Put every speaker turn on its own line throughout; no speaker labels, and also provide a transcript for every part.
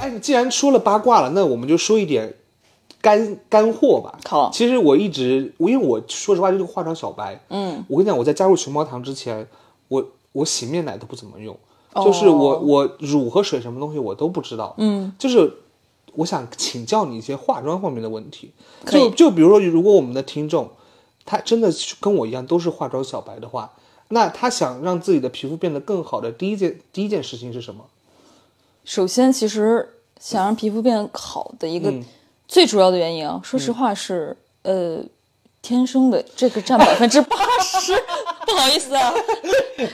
哎既然说了八卦了，那我们就说一点干干货吧。
好
其实我一直，我因为我说实话就是个化妆小白。
嗯，
我跟你讲，我在加入熊猫堂之前，我我洗面奶都不怎么用，
哦
就是我、我乳和水什么东西我都不知道。
嗯，
就是我想请教你一些化妆方面的问题。
可以
就就比如说，如果我们的听众他真的是跟我一样都是化妆小白的话，那他想让自己的皮肤变得更好的第一件第一件事情是什么？
首先，其实想让皮肤变好的一个
嗯
最主要的原因啊，说实话是、呃，天生的这个占 百分之八十， 不好意思啊，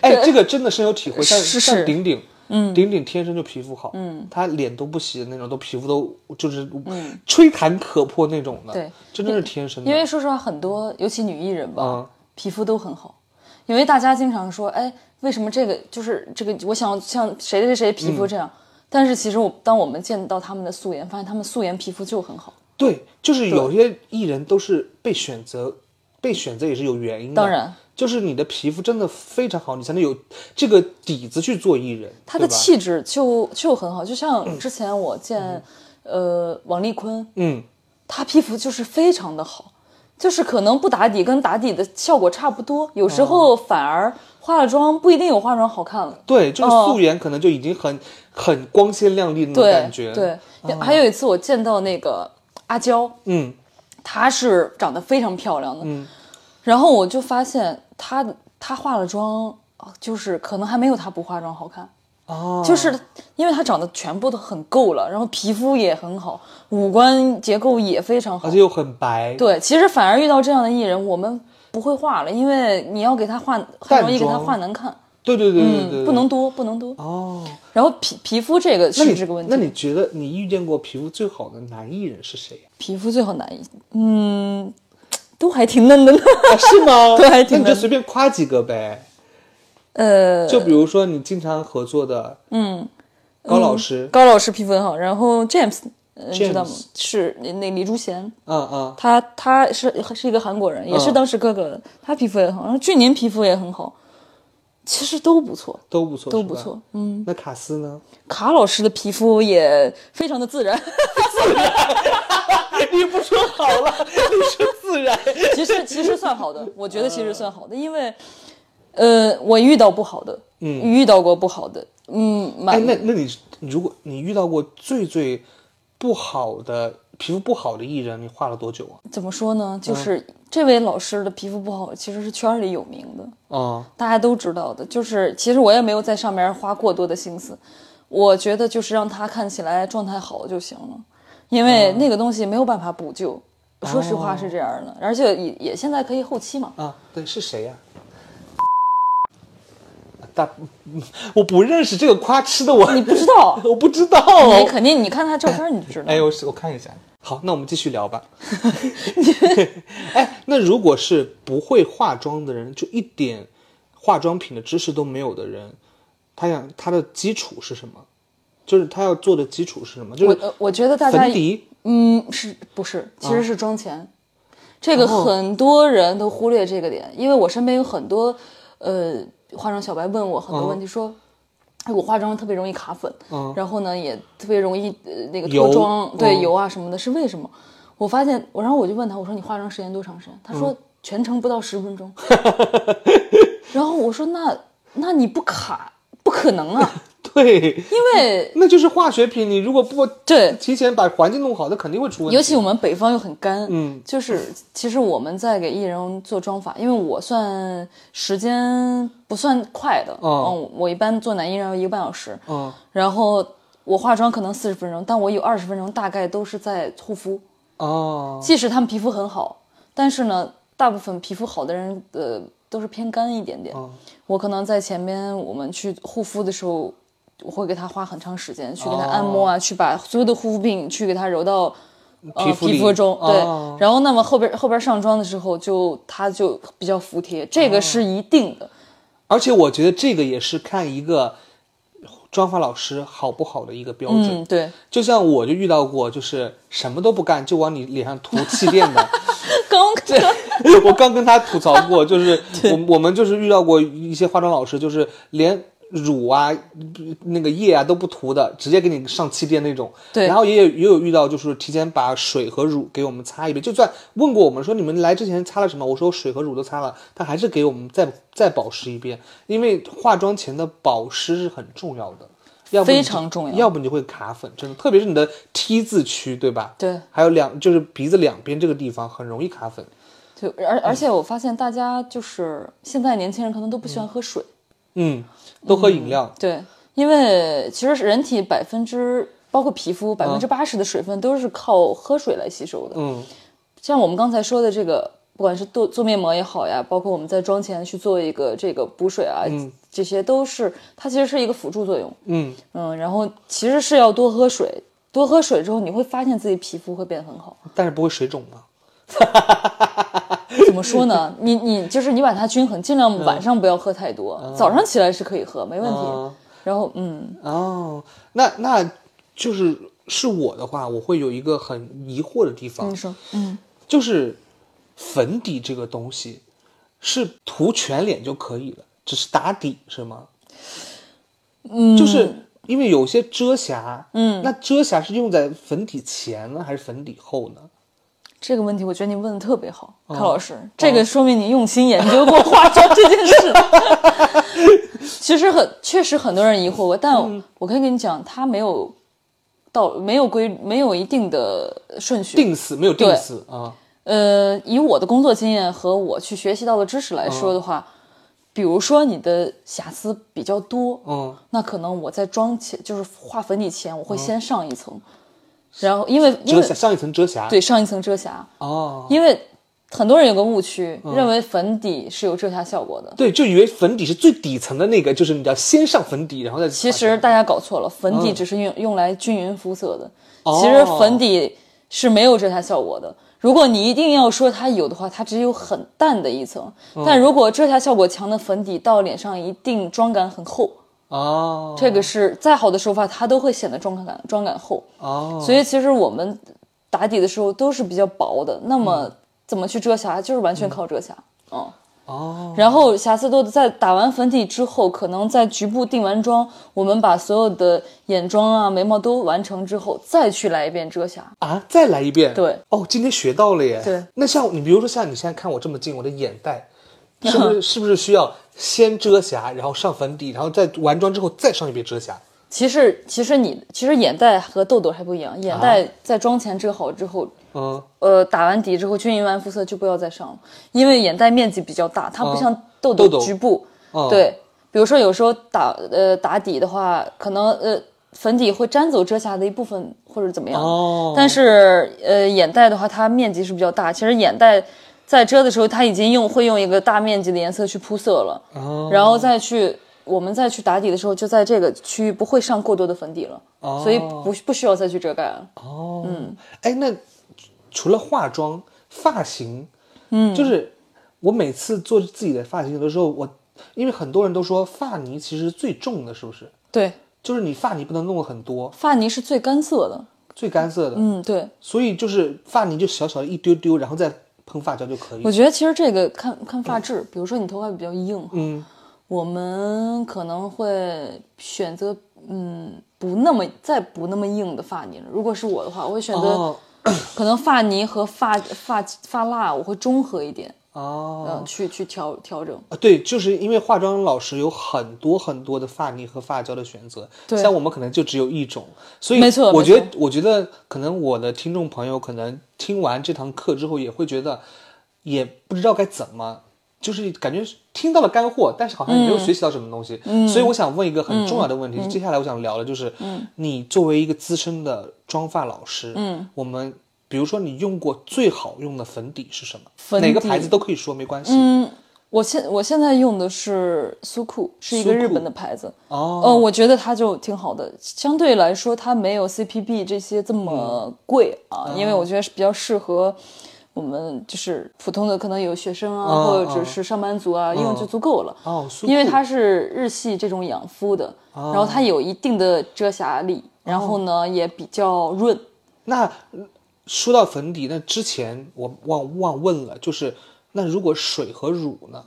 哎，这个真的深有体会，像
是
像
是
顶顶，嗯，顶顶天生就皮肤好，嗯，他脸都不洗的那种，都皮肤都就是吹弹可破那种的，
嗯对，
这真的是天生的。
因为说实话，很多尤其女艺人吧，
嗯
皮肤都很好，因为大家经常说，哎，为什么这个就是这个，我想像谁谁谁皮肤这
嗯
样。但是其实我当我们见到他们的素颜，发现他们素颜皮肤就很好。
对，就是有些艺人都是被选择，被选择也是有原因的，
当然，
就是你的皮肤真的非常好，你才能有这个底子去做艺人，
她的
对吧，
气质就就很好，就像之前我见，呃，王丽坤，
嗯，
她皮肤就是非常的好，就是可能不打底跟打底的效果差不多，有时
哦
候反而化了妆不一定有化妆好看了。
对，就是
哦
素颜可能就已经很很光鲜亮丽那种
对
感觉，
对，，还有一次我见到那个阿娇，
嗯，
她是长得非常漂亮的，然后我就发现她她化了妆，啊就是可能还没有她不化妆好看。
哦，
就是因为她长得全部都很够了，然后皮肤也很好，五官结构也非常好
而且。又很白，
对，其实反而遇到这样的艺人，我们不会画了，因为你要给她画，很容易给她画难看。
对对对对对对，
嗯，不能多，不能多。
哦。
然后皮皮肤这个
那
是
你
这个问题。
那你觉得你遇见过皮肤最好的男艺人是谁呀、啊
皮肤最好难，嗯，都还挺嫩的呢。
啊？是 吗？
对还
那
挺
你就
难
随便夸几个呗，
呃，
就比如说你经常合作的，嗯，高
嗯
老师，
高老师皮肤很好，然后 James，嗯、
James
知道吗？是那那李珠贤，
嗯嗯，
他他是是一个韩国人，也是当时哥哥的，他皮肤也很好，然后俊宁皮肤也很好，其实都不错，
都不错，
都
是
不
吧
错。。嗯，
那卡斯呢？
卡老师的皮肤也非常的自然。
你不说好了，你说自然。
其实其实算好的，我觉得其实算好的，因为，呃，我遇到不好的，嗯，遇到过不好的，嗯，
哎，
蛮、
那那你如果你遇到过最最不好的皮肤不好的艺人，你画了多久啊？
怎么说呢？就是、这位老师的皮肤不好，其实是圈里有名的，
啊、
大家都知道的。就是其实我也没有在上面花过多的心思，我觉得就是让他看起来状态好就行了，因为
嗯
那个东西没有办法补救。说实话是这样
哦
的，而且也也现在可以后期嘛，
啊， 对，是谁呀、大， 我不认识这个夸吃的我，，
你不知 道
我不知道。
你肯定你看他照片你就知道。
哦哎，我我看一下。好，那我们继续聊吧。 哎，那如果是不会化妆的人，就一点化妆品的知识都没有的人，他想他的基础是什么？就是他要做的基础是什么？就
我
是
呃我觉得大家
粉底。
嗯，是不是？其实是妆前，这个很多人都忽略这个点，因为我身边有很多呃化妆小白问我很多问题，说。哎我化妆特别容易卡粉，
嗯
然后呢也特别容易呃那个
油
脱妆，对
嗯
油啊什么的，是为什么？我发现我，然后我就问他，我说你化妆时间多长时间？他说全程不到十分钟。然后我说那那你不卡不可能啊，
对，
因为
那就是化学品。你如果不
对
提前把环境弄好，那肯定会出问题。
尤其我们北方又很干，
嗯，
就是其实我们在给艺人做妆发，因为我算时间不算快的，
哦
嗯，我一般做男艺人要一个半小时，
嗯
然后我化妆可能四十分钟，但我有二十分钟大概都是在护肤，
哦，
即使他们皮肤很好，但是呢，大部分皮肤好的人，呃，都是偏干一点点。
哦
我可能在前面我们去护肤的时候，我会给他花很长时间去给他
哦
按摩啊，去把所有的护肤品去给他揉到。呃
皮肤里
皮肤中，对，
哦
然后那么后边后边上妆的时候就，它就比较服帖，这个
哦
是一定的。
而且我觉得这个也是看一个妆发老师好不好的一个标准。
嗯，对，
就像我就遇到过，就是什么都不干就往你脸上涂气垫的。
刚这
我刚跟他吐槽过，就是我我们就是遇到过一些化妆老师，就是连乳啊、那个液啊都不涂的，直接给你上气垫那种。
对
然后也有也有遇到，就是提前把水和乳给我们擦一遍，就算问过我们说你们来之前擦了什么，我说水和乳都擦了，他还是给我们再再保湿一遍，因为化妆前的保湿是很重要的，要不你
非
就
常重要
要不你就会卡粉，真的，特别是你的 T 字区，对吧？
对
还有两就是鼻子两边这个地方很容易卡粉，
对，而而且我发现大家就是现在年轻人可能都不喜欢喝水，
嗯，都喝饮料，
对，因为其实人体百分之包括皮肤百分之八十的水分都是靠喝水来吸收的。
嗯
像我们刚才说的这个，不管是做做面膜也好呀，包括我们在妆前去做一个这个补水啊，这些都是它其实是一个辅助作用。
嗯，
嗯，然后其实是要多喝水，多喝水之后你会发现自己皮肤会变得 很好。
但是不会水肿吗？
怎么说呢？你你就是你把它均衡，尽量晚上不要喝太多，早上起来是可以喝，没问题。
嗯
然后嗯，
哦，那那就是是我的话，我会有一个很疑惑的地方，
你说嗯，
就是粉底这个东西是涂全脸就可以了，只是打底是吗？嗯，就是因为有些遮瑕，嗯，那遮瑕是用在粉底前呢，还是粉底后呢？
这个问题我觉得你问的特别好，
哦
康老师，这个说明你用心研究过化妆这件事。 其实很确实很多人疑惑过，但
嗯
我,、可以跟你讲，它没有到没有规没有一定的顺序，
定死没有定
对
死啊，
呃，以我的工作经验和我去学习到的知识来
哦
说的话，比如说你的瑕疵比较多，
嗯，
那可能我在妆前就是画粉底前，我会先上一层，然后因为因
哦遮
为
瑕上一层遮瑕，
对上一层遮瑕，
哦，
因为很多人有个误区，认为粉底是有遮瑕效果的。
对，就以为粉底是最底层的那个，就是你要先上粉底，然后再
其实大家搞错了，粉底只是用、用来均匀肤色的，其实粉底是没有遮瑕效果的。如果你一定要说它有的话，它只有很淡的一层。但如果遮瑕效果强的粉底到脸上一定妆感很厚，
哦
这个是再好的手法它都会显得妆感妆感厚。
哦，
所以其实我们打底的时候都是比较薄的，那么怎么去遮瑕，就是完全靠遮瑕。嗯
哦，
然后瑕疵多的，在打完粉底之后，可能在局部定完妆，我们把所有的眼妆啊、眉毛都完成之后，再去来一遍遮瑕。
啊，再来一遍。
对，
哦，今天学到了耶。
对，
那像你，比如说像你现在看我这么近，我的眼 袋，是不是是不是需要先遮瑕，然后上粉底，然后再完妆之后再上一遍遮瑕？
其实，其实你其实眼袋和痘痘还不一样，
啊
眼袋在妆前遮好之后，
嗯，
呃，打完底之后均匀完肤色就不要再上了，因为眼袋面积比较大，它不
嗯
像痘
痘痘
局部。
哦，，
对，比如说有时候打呃打底的话，可能呃粉底会沾走遮瑕的一部分或者怎么样。
哦，
但是呃眼袋的话，它面积是比较大。其实眼袋在遮的时候，它已经用会用一个大面积的颜色去铺色了，
哦
然后再去我们再去打底的时候，就在这个区域不会上过多的粉底了，
哦
所以不不需要再去遮盖了。
哦，嗯，哎，那除了化妆、发型，嗯，就是我每次做自己的发型，有的时候我，因为很多人都说发泥其实最重的，是不是？
对，
就是你发泥不能弄得很多，
发泥是最干涩的。
最干涩的，
嗯，对，
所以就是发泥就小小一丢丢，然后再喷发胶就可以
我
了。
觉得其实这个看看发质，比如说你头发比较硬哈，
嗯，
我们可能会选择嗯不那么再不那么硬的发泥了。如果是我的话，我会选择、
哦
可能发泥和发发发蜡我会中和一点，
哦，
嗯，去去调调整。
啊对，就是因为化妆老师有很多很多的发泥和发胶的选择，
对
像我们可能就只有一种，所以
没错
我
没
觉得，我觉得可能我的听众朋友可能听完这堂课之后也会觉得，也不知道该怎么。就是感觉听到了干货，但是好像也没
嗯
有学习到什么东西，所以我想问一个很重要的问题，接下来我想聊的就是，
嗯
你作为一个资深的妆发老师，嗯，我们比如说你用过最好用的粉底是什么？
粉
哪个
底嗯
牌子都可以说，没关系。
我现我现在用的是苏库，是一个
苏库
日本的牌子。
哦，
呃，我觉得它就挺好的，相对来说它没有 CPB 这些这么
嗯
贵啊，
哦
因为我觉得是比较适合我们就是普通的可能有学生啊，
啊
或者是上班族啊、用就足够了。
哦，苏
因为
库哦
它是日系这种养肤的，然后它有一定的遮瑕力，然后呢也比较润。
那嗯说到粉底，那之前我忘忘问了，就是那如果水和乳呢？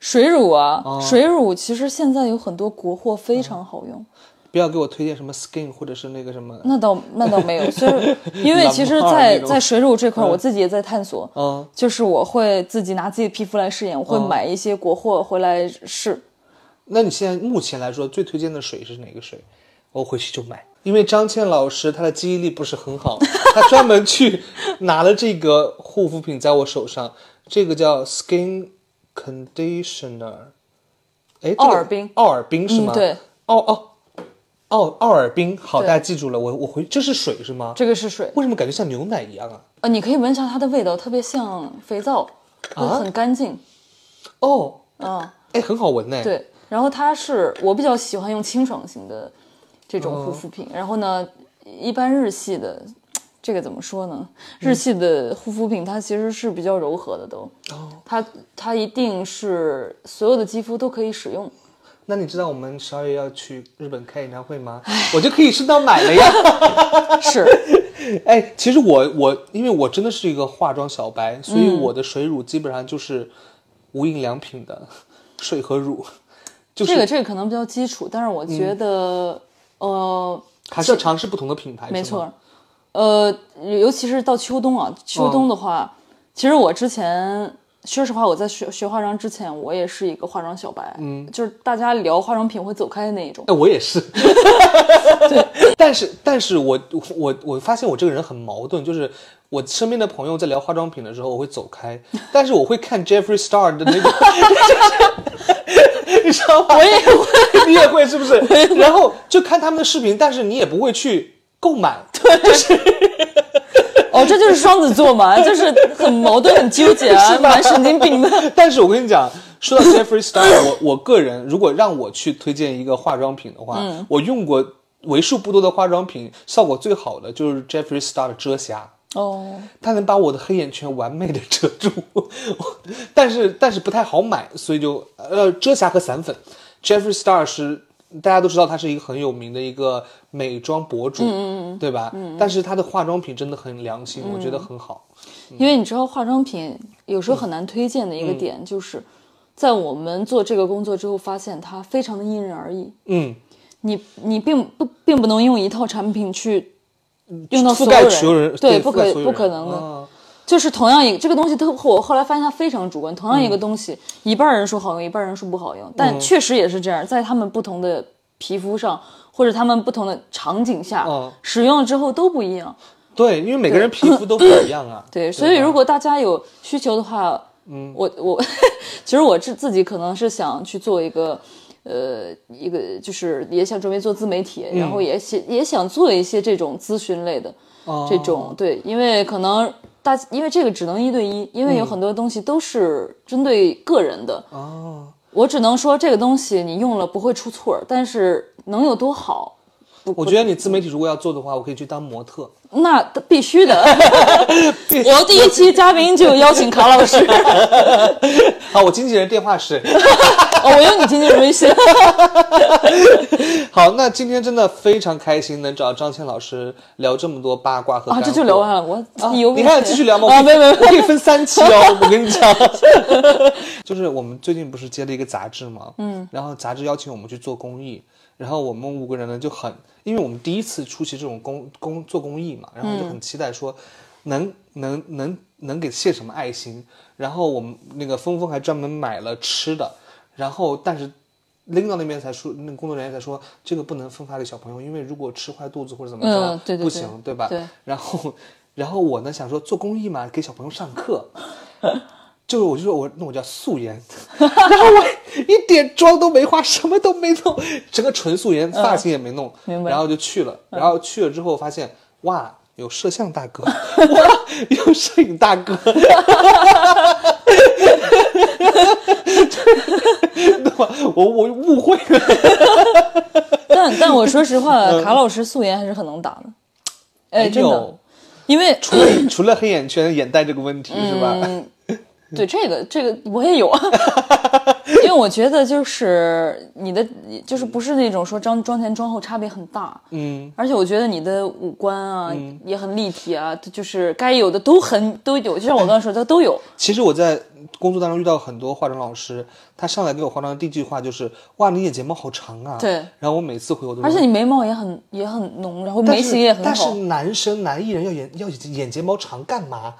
水乳啊，
哦
水乳其实现在有很多国货非常好用。
不要给我推荐什么 skin 或者是那个什么，
那倒那倒没 有，所以因为其实
懒胖
在，
那
在
种
水乳这块，我自己也在探索，
嗯，
就是我会自己拿自己的皮肤来试验，我会买一些国货回来试。
那你现在目前来说最推荐的水是哪个水？我回去就买，因为张倩老师她的记忆力不是很好，她专门去拿了这个护肤品在我手上，这个叫 Skin Conditioner，哎，这个
奥尔滨，
奥尔滨是吗？
嗯对，
奥奥奥奥尔滨，好，
对
大家记住了，我我回这是水是吗？
这个是水，
为什么感觉像牛奶一样啊？
呃，你可以闻一下它的味道，特别像肥皂，
啊
会很干净
哦，
啊。
哎，很好闻呢。，
对，然后它是我比较喜欢用清爽型的这种护肤品，然后呢，一般日系的。这个怎么说呢？日系的护肤品它其实是比较柔和的，都，它它一定是所有的肌肤都可以使用。
那你知道我们十二月要去日本开演唱会吗？我就可以顺道买了呀。
是，
哎，其实我我因为我真的是一个化妆小白，所以我的水乳基本上就是无印良品的 水和乳，就是
这个这个可能比较基础，但是我觉得，呃，
还是要尝试不同的品牌。
没
是吗，
错，呃，尤其是到秋冬啊，秋冬的
嗯
话，其实我之前说实话，我在学学化妆之前，我也是一个化妆小白，嗯，就是大家聊化妆品会走开的那 一种。
哎，我也是。但是但是我我我发现我这个人很矛盾，就是我身边的朋友在聊化妆品的时候，我会走开， 但是我会看 Jeffree Star 的那个 就是，你知道吗？我也会，你也会是不是？然后就看他们的视频，但是你也不会去购买。
哦，这就是双子座嘛，就是很矛盾、很纠结 啊，蛮神经病的。
但是我跟你讲，说到 Jeffree Star，我我个人如果让我去推荐一个化妆品的话，
嗯
我用过为数不多的化妆品，效果最好的就是 Jeffree Star 的遮瑕。
哦，
它能把我的黑眼圈完美的遮住， 但是但是不太好买，所以就呃遮瑕和散粉。Jeffree Star 是大家都知道，他是一个很有名的一个美妆博
嗯
主，对吧？但是他的化妆品真的很良心，
嗯
我觉得很好。
因为你知道化妆品有时候很难推荐
嗯
的一个点，就是在我们做这个工作之后，发现它非常的因人而异。
嗯，
你你并不并不能用一套产品去用到
嗯覆
有
盖所有人，
对，
对，
不
覆盖
可
所有
不
人
可能的。
啊
就是同样一个这个东西特，我后来发现它非常主观。同样
嗯
一个东西，一半人说好用，一半人说不好用，但确实也是这样，在他们不同的皮肤上，或者他们不同的场景下，
嗯
使用之后都不一样。
对，因为每个人皮肤都不一样啊。
对，所以
吧
如果大家有需求的话，嗯，我我 其实我自自己可能是想去做一个，呃，一个就是也想准备做自媒体，然
嗯
后也想也想做一些这种咨询类的、
哦
这种，对，因为可能大因为这个只能一对一，因为有很多东西都是针对个人的，
嗯哦，
我只能说这个东西你用了不会出错儿，但是能有多好，不
我觉得你自媒体如果要做的话，我可以去当模特。
那必须 的。我第一期嘉宾就邀请卡老师，哦，
好，我经纪人电话是。
我用你经纪人微信。
好，那今天真的非常开心，能找到张倩老师聊这么多八卦和
啊，
干
这就聊
货
完了，我
啊
有
你还想继续聊吗？
啊，
我可
没
以
没没
我可以分三期哦。我跟你 讲，就是我们最近不是接了一个杂志嘛，嗯，然后杂志邀请我们去做公益，然后我们五个人呢就很，因为我们第一次出席这种公公做公益嘛，然后就
嗯
很期待说能、能能能给献什么爱心，然后我们那个峰峰还专门买了吃的，然后但是。拎到那边才说，那个工作人员才说这个不能分发给小朋友，因为如果吃坏肚子或者怎么着、
嗯对对
不
对
行，对吧？
对
然后，然后我呢想说做公益嘛，给小朋友上课，就是我就说我那我叫素颜，然后我一点妆都没化，什么都没弄，整个纯素颜，发型也没弄，
明白嗯
然后就去了，然后去了之后发现哇。有摄像大 哥，哇，有摄影大哥， 懂吗？我我误会了，
但但我说实 话，卡老师素颜还是很能打的，哎，真的
嗯有，，
因为
除了除了黑眼圈、眼袋这个问题是吧？
嗯，对这个这个我也有，啊 因为我觉得就是你的，就是不是那种说妆妆前妆后差别很大，
嗯，
而且我觉得你的五官啊、也很立体啊，就是该有的都很都有，就像我刚才说的都有。
其实我在工作当中遇到很多化妆老师，他上来给我化妆的第一句话就是：“哇，你眼睫毛好长啊。”
对。
然后我每次回我都说，
而且你眉毛也很也很浓，然后
但
眉
是
形也很
但
好
是。男生男艺人要眼要眼睫毛长干嘛？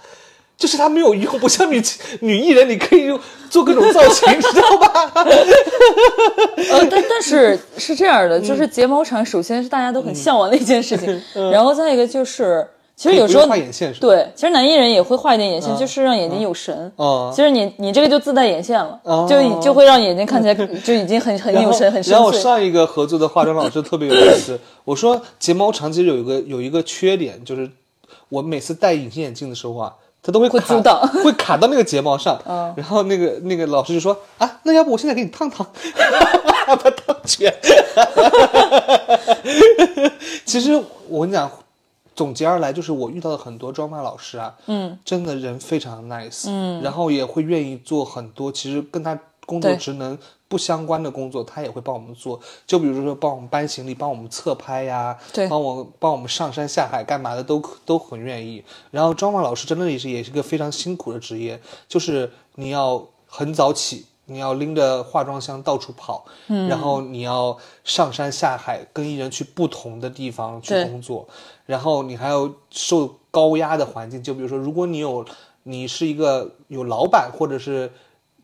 就是他没有用，不像女女艺人，你可以用做各种造型， 你知道吧？
呃，但但是是这样的，
嗯
就是睫毛长，首先是大家都很向往的一件事情，然后再一个就是，其实有时候
可以画眼线是吧？
对，其实男艺人也会画一点眼线，就是让眼睛有神。
嗯
其实你你这个就自带眼线了，
哦嗯
就已就会让眼睛看起来就已经很很
然
有
后
神，很深
然后我
邃。
上一个合作的化妆老师特别有意 思，我说睫毛长其实有一个有一个缺点，就是我每次戴隐形眼镜的时候啊，它都会
会
卡
阻挡 嗯
会卡到那个睫毛 上。然后那个那个老师就说啊，那要不我现在给你烫 烫，把它烫卷。其实我跟你讲，总结而来就是我遇到的很多妆发老师啊，嗯，真的人非常 nice，嗯，然后也会愿意做很多其实跟他工作
对
职能不相关的工作，他也会帮我们做。就比如说帮我们搬行李，帮我们侧拍呀、
对
帮我帮我们上山下海干嘛的都可都很愿意。然后妆发老师真的也是也是个非常辛苦的职业，就是你要很早起。你要拎着化妆箱到处跑，嗯、然后你要上山下海，跟艺人去不同的地方去
对
工作，然后你还要受高压的环境，就比如说，如果你有你是一个有老板或者是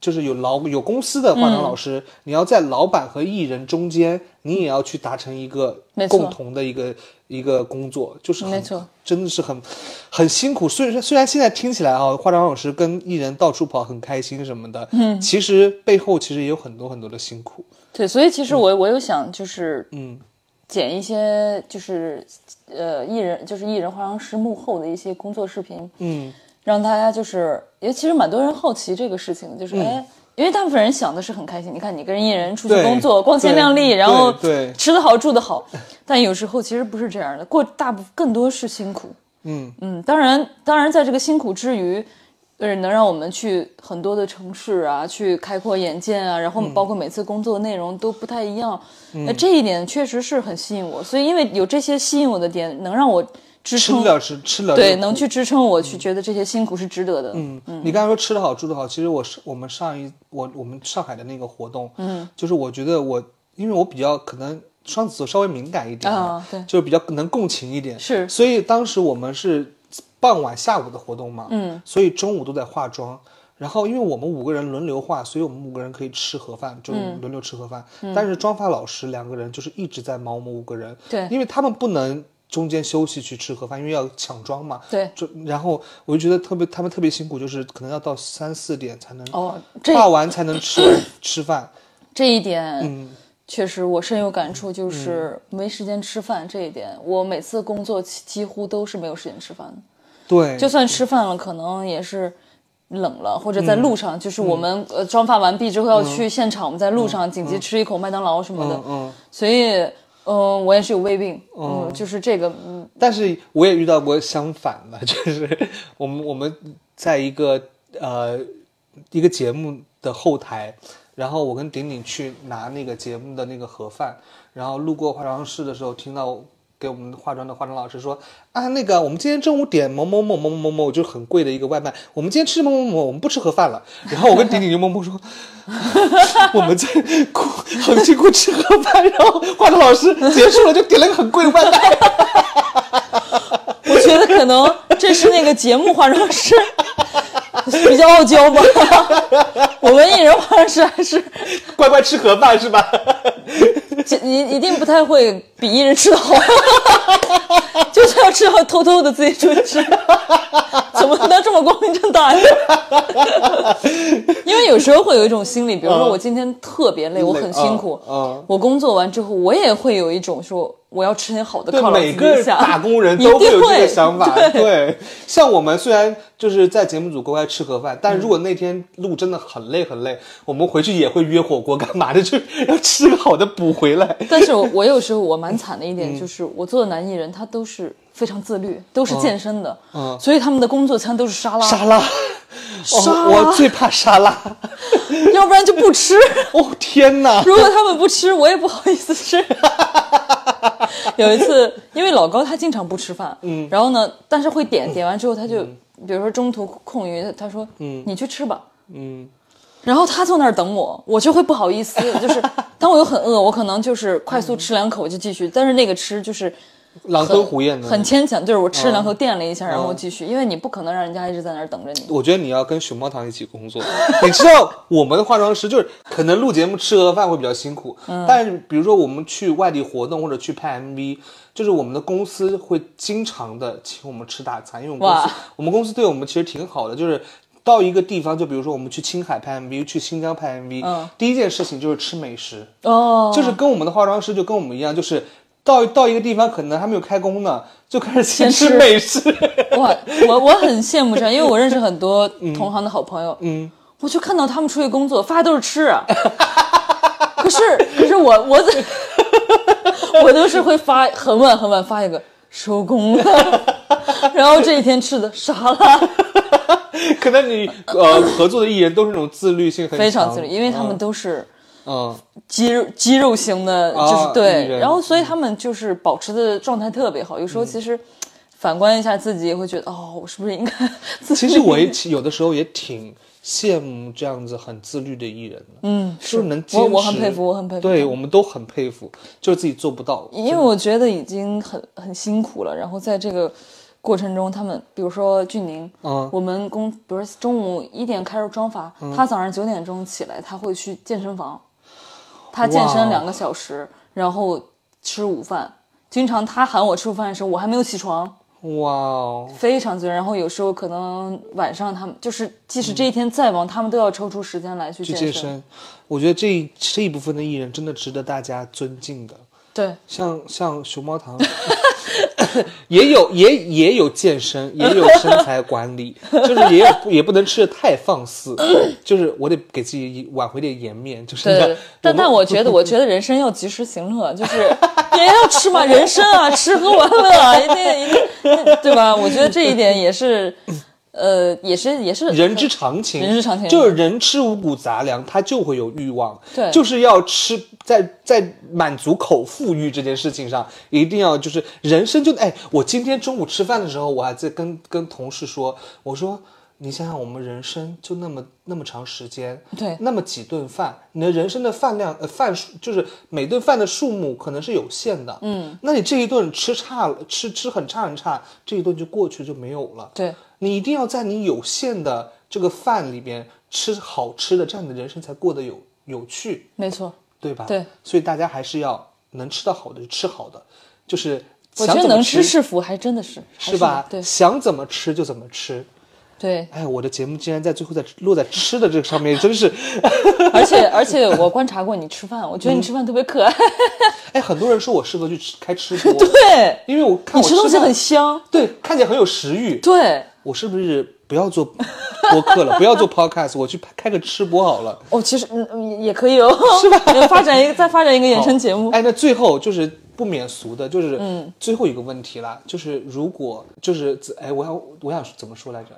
就是有老有公司的化
嗯
妆老师，你要在老板和艺人中间，你也要去达成一个
没错
共同的一个一个工作，就是很
没错，
真的是很很辛苦。虽然虽然现在听起来啊，化妆老师跟艺人到处跑很开心什么的，嗯，其实背后其实也有很多很多的辛苦，
对，所以其实我我有想就是
嗯
剪一些就是呃艺人就是艺人化妆师幕后的一些工作视频，
嗯
让大家就是也其实蛮多人好奇这个事情的，就是、哎。因为大部分人想的是很开心，你看你跟艺人出去
嗯对
工作，光鲜
对
亮丽，然后
对对
吃得好住得好，但有时候其实不是这样的，过大部更多是辛苦。
嗯，
嗯，当然，当然，在这个辛苦之余，呃，能让我们去很多的城市啊，去开阔眼界啊，然后
嗯
包括每次工作的内容都不太一样，那、这一点确实是很吸引我。所以，因为有这些吸引我的点，能让我支
吃
撑，
了吃吃了
对，
苦
能去支撑我去觉得这些辛苦是值得的。嗯，
嗯，你刚才说吃得好住得好，其实我是我们上一我我们上海的那个活动，嗯，就是我觉得我因为我比较可能双子座稍微敏感一点
啊对
就是比较能共情一点，
是
所以当时我们是傍晚下午的活动嘛，嗯，所以中午都在化妆。然后，因为我们五个人轮流化，所以我们五个人可以吃盒饭，就
嗯
轮流吃盒饭。但是妆发老师两个人就是一直在忙我们五个人，
对
因为他们不能中间休息去吃盒饭，因为要抢妆嘛，
对，
就然后我就觉得特别，他们特别辛苦，就是可能要到三四点才能
哦，这
画完才能吃 吃饭。
这一点，确实我深有感触，就是没时间吃饭这一点，我每次工作几几乎都是没有时间吃饭的。
对，
就算吃饭了，可能也是冷了，或者在路上，就是我们呃妆发完毕之后要去现场，我们在路上紧急吃一口麦当劳什么的
嗯，嗯。
所以嗯，我也是有胃病，嗯，就是这个，嗯，
但是我也遇到过相反的， 就是我们我们在一个呃一个节目的后台，然后我跟顶顶去拿那个节目的那个盒饭，然后路过化妆室的时候，听到给我们化妆的化妆老师说啊，那个我们今天中午点某某某某某某某，就是很贵的一个外卖，我们今天吃某某某，我们不吃盒饭了。 然后我跟顶顶就默默说。啊我们在 哭，很辛苦吃盒饭，然后化妆老师结束了就点了个很贵的外卖，
我觉得可能这是那个节目化妆师比较傲娇吧，我们艺人化妆师还是
乖乖吃盒饭是吧？
一一定不太会比艺人吃的好， 就是要吃好偷偷的自己出去吃，怎么能这么光明正大呢？ 因为有时候会有一种心理，比如说
嗯
我今天特别累，我很辛苦，
嗯嗯
我工作完之后，我也会有一种说我要吃点好的
对
犒劳
每
自己
个
一下，
打工人
一
都
定
会有这
会
个想法。
对
对，像我们虽然就是在节目组乖乖吃盒饭，但如果那天路真的很累很累，我们回去也会约火锅干嘛的，就要吃个好的补回来。
但是我我有时候我蛮惨的一点就是，我做的男艺人他都是非常自律，都是健身的，
嗯嗯
所以他们的工作餐都是沙拉，
沙拉，
沙拉
哦，我最怕沙拉。
要不然就不吃。
哦天哪！
如果他们不吃，我也不好意思吃。 有一次，因为老高他经常不吃饭，嗯，然后呢，但是会
嗯
点，点完之后他就，比如说中途空余，他说，嗯，你去吃吧，
嗯，
然后他坐那儿等我，我就会不好意思，就是当我又很饿，我可能就是快
嗯
速吃两口就继续，但是那个吃就是
狼
很
吞虎咽的。
很牵强，就是我吃两口垫了一下，然后继续，因为你不可能让人家一直在那儿等着你。
我觉得你要跟熊猫糖一起工作。 你知道我们的化妆师就是可能录节目吃盒饭会比较辛苦，
嗯
但是比如说我们去外地活动或者去拍 MV，就是我们的公司会经常的请我们吃大餐，因为我们公司
哇
我们公司对我们其实挺好的，就是。到一个地方，就比如说我们去青海拍 MV，去新疆拍 MV，、
嗯
第一件事情就是吃美食。
哦，
就是跟我们的化妆师就跟我们一样，就是到到一个地方可能还没有开工呢，就开始先
先吃
吃美食。
我我我很羡慕这样，因为我认识很多同行的好朋友，嗯，我就看到他们出去工作，发的都是吃啊。 可是可是我我在， 我都是会发很晚很晚发一个收工了， 然后这一天吃的沙拉，
可能你呃合作的艺人都是那种自律性很强，
非常自律，因为他们都是
嗯
肌肉肌肉型的，
啊
就是
艺
对，
人
然后所以他们就是保持的状态特别好。有时候
嗯
其实反观一下自己，也会觉得哦，我是不是应该自 律？
其实我也有的时候也挺羡慕这样子很自律的艺人的，
嗯，
就是能坚
我
持，
我很佩服，我很佩服。
对我们都很佩服，就是自己做不到，
因为我觉得已经很很辛苦了，然后在这个过程中，他们比如说俊宁，
嗯
我们工，比如说中午一点开始妆发，他早上九点钟起来，他会去健身房，他健身两个小时，然后吃午饭。经常他喊我吃午饭的时候，我还没有起床，
哇哦，
非常自律。然后有时候可能晚上他们就是，即使这一天再忙，他们都要抽出时间来去
去
健
健身，我觉得这一这一部分的艺人真的值得大家尊敬的。
对，
像像熊猫糖， 也有也也有健身，也有身材管理，就是也有也不能吃的太放肆，就是我得给自己挽回点颜面，就是
对，但
们
但 我觉得，我觉得人生要及时行乐，啊就是也要吃嘛，人生啊，吃喝玩乐啊，一定一定，对吧？我觉得这一点也是，呃，也是也是
人之常情，
人之常情
就是人吃五谷杂粮，他就会有欲望，
对
就是要吃，在在满足口腹欲这件事情上，一定要就是人生就哎，我今天中午吃饭的时候，我还在跟跟同事说，我说。你想想，我们人生就那么那么长时间，
对
那么几顿饭，你的人生的饭量，呃，饭数就是每顿饭的数目可能是有限的，嗯，那你这一顿吃差了，吃吃很差很差，这一顿就过去就没有了，
对
你一定要在你有限的这个饭里边吃好吃的，这样你的人生才过得有有趣，
没错。
对吧？
对，
所以大家还是要能吃到好的就吃好的，就是
我
想怎
觉得
么
能吃是福，还真的是，还
是吧？
对
想怎么吃就怎么吃。，
对
哎，我的节目竟然在最后在落在吃的这个上面，真是，
而且而且我观察过你吃饭，我觉得
嗯
你吃饭特别可爱，
哎，很多人说我适合去吃开吃播，
对
因为我看
你
我
吃东西
饭
很香，
对，看起来很有食欲。
对。
我是不是不要做播客了，不要做 podcast，我去拍开个吃播好了。
哦，其实嗯嗯也也可 以哦，是吧？ 发展一个，再发展一个衍生节目，
哎，那最后就是不免俗的，就是最后一个问题啦，就是如果就是哎，我想我想怎么说来着？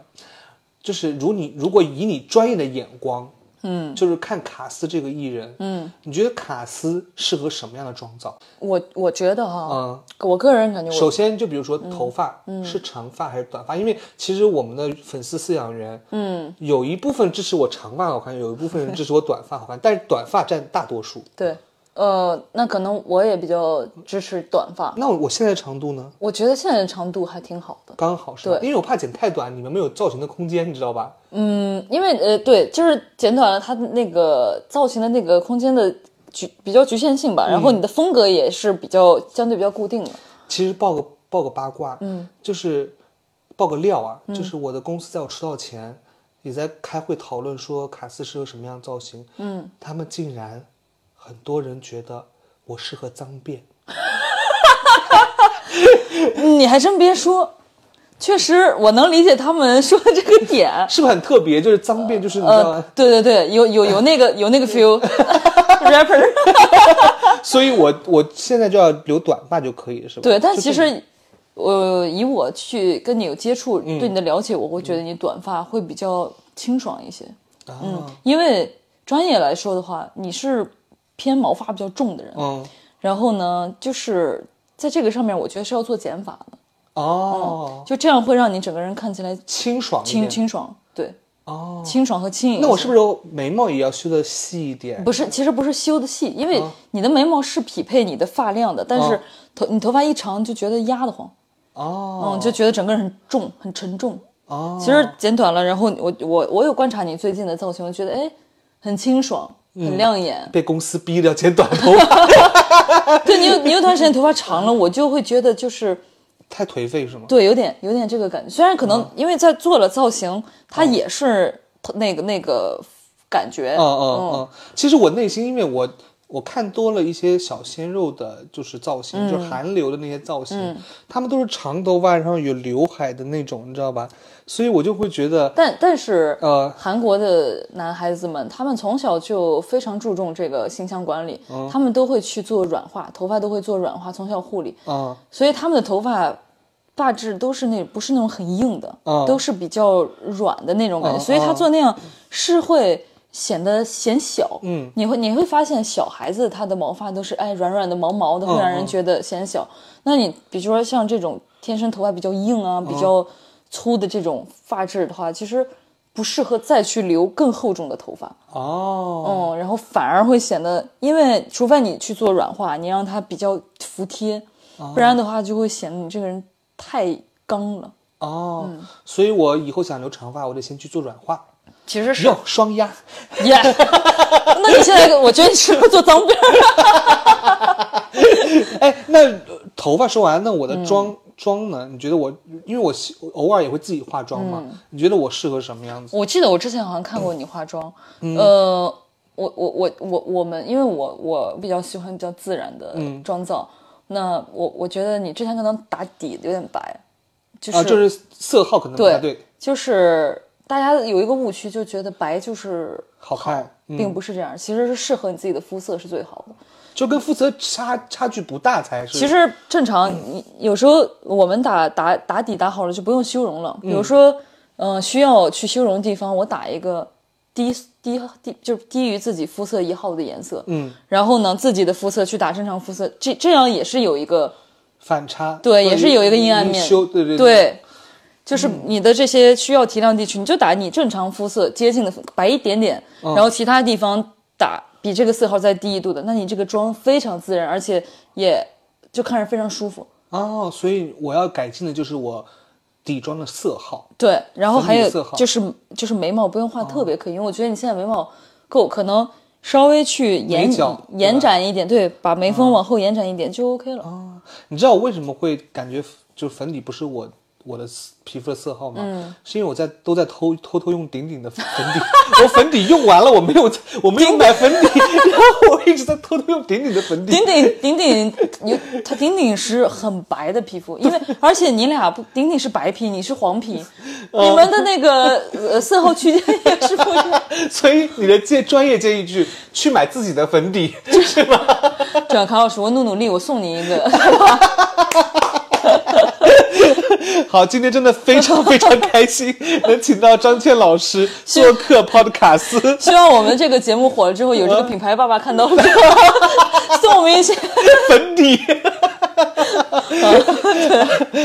就是如你如果以你专业的眼光，嗯，就是看卡斯这个艺人，嗯，你觉得卡斯适合什么样的妆造？
我我觉得哈，
嗯
我个人感觉我
首先，就比如说头发、是长发还是短发，因为其实我们的粉丝饲养员，嗯，有一部分支持我长发好看，有一部分人支持我短发好看，但是短发占大多数。
对，呃，那可能我也比较支持短发，
那我我现在长度呢？
我觉得现在的长度还挺好的。
刚好是吧，
对
因为我怕剪太短，你们没有造型的空间，你知道吧？
嗯，因为呃，对，就是剪短了它的那个造型的那个空间的局比较局限性吧，
嗯
然后你的风格也是比较相对比较固定的。
其实报个报个八卦，嗯，就是报个料啊，
嗯
就是我的公司在我出道前也在开会讨论说卡斯适合什么样的造型，嗯，他们竟然很多人觉得我适合脏辫，。
嗯你还真别说，确实我能理解他们 说的这个点
是不是很特别？就是脏辫， 就是你知道
呃
吗？，
对对对，有有有那个有那 个 feel，rapper，
所以我我现在就要留短发就可以，是吧？
呃对，但
就
其
是
实呃，以我去跟你有接触，对
嗯
你的了解，我会觉得你短发会比较清爽一些。
嗯
因为专业来说的话，你是偏毛发比较重的人，
嗯
然后呢，就是在这个上面，我觉得是要做减法的，
哦，
就这样会让你整个人看起来
清爽一
嗯清
点
清爽，对，
哦。
清爽和轻盈。
那我是不是眉毛也要修的细一点？
不是，其实不是修的细，因为
哦
你的眉毛是匹配你的发量的，但是
啊
头你头发一长就觉得压得慌，
哦
嗯，就觉得整个人很重很沉重。
哦，
其实剪短了，然后我我我有观察你最近的造型，我觉得哎，很清爽，很亮眼。
被公司逼着剪短 头发，
对你有你有段时间头发长了，我就会觉得就是
太颓废是吗？
对，有点有点这个感觉。虽然可能因为在做了造型，它也是那个那个感觉，
嗯嗯嗯，其实我内心，因为我我看多了一些小鲜肉的，就是造型，
嗯
就是韩流的那些造型，他们都是长头发，然后有刘海的那种，你知道吧？所以我就会觉得，
但但是
呃，
韩国的男孩子们，他们从小就非常注重这个形象管理，他们都会去做软化，头发都会做软化，从小护理，
啊、
所以他们的头发大致都是那不是那种很硬的，
嗯
都是比较软的那种感觉，
嗯
所以他
嗯
做那样是会显得显小。
嗯，
你会你会发现小孩子他的毛发都是哎软软的毛毛的，会让人
嗯
觉得显小。那你比如说像这种天生头发比较硬啊、
嗯
比较粗的这种发质的话，其实不适合再去留更厚重的头发。
哦，
嗯，然后反而会显得，因为除非你去做软化，你让它比较服帖，
哦
不然的话就会显得你这个人太刚了。
哦，
嗯
所以我以后想留长发，我得先去做软化，
其实
哟，双压，
耶 那你现在我觉得你适合做脏辫儿。
哎，那呃头发说完，那我
嗯
的妆、妆呢？你觉得我，因为我喜我偶尔也会自己化妆
嗯
嘛，你觉得我适合什么样子？
我记得我之前好像看过你化妆，
嗯
呃，我我我我我们，因为我我比较喜欢比较自然的妆造，
嗯
那我我觉得你之前可能打底有点白，就是、
啊，就是色号可能不
对
太对，
就是大家有一个误区，就觉得白就是
好看，嗯。
并不是这样，其实是适合你自己的肤色是最好的。
就跟肤色差差距不大才是。
其实正常，你有时候我们打打打底打好了就不用修容了。比如说，嗯、需要去修容的地方，我打一个低低低，就是低于自己肤色一号的颜色。
嗯，
然后呢，自己的肤色去打正常肤色，这这样也是有一个
反差，
对，也是有一个阴暗
你
面。
修对对，
就是你的这些需要提亮地区，你就打你正常肤色接近的肤白一点点，
嗯
然后其他地方打比这个色号再低一度的，那你这个妆非常自然，而且也就看着非常舒服。
哦，所以我要改进的就是我底妆的色号。
对，然后还有
粉底色号哦
就是就是眉毛不用画特别刻意，因为我觉得你现在眉毛够，可能稍微去延
眉角
延
对吧嗯哦
展一点，对，把眉峰往后延展一点就 OK 了。
你知道我为什么会感觉就粉底不是我我的色皮肤的色号吗？
嗯
是因为我在都在偷偷偷用顶顶的粉底， 我粉底用完了，我没有我没有买粉底，然后我一直在偷偷用顶顶的粉底
顶。顶顶顶有他顶顶是很白的皮肤，因为 而且你俩不顶顶是白皮，你是黄皮，
哦
你们的那个呃色号区间也是不一样。
所以你的建专业建议是去买自己的粉底，
这样，卡老师，我努努力，我送你一个。
好，今天真的非常非常开心，能请到张倩老师做客 Podcast。
希望我们这个节目火了之后，有这个品牌爸爸看到了， 送我们一些。
粉底。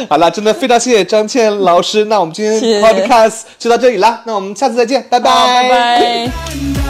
好了，真的非常谢谢张倩老师，那我们今天
谢谢
podcast 就到这里啦，那我们下次再见，拜
好，拜拜。
Bye.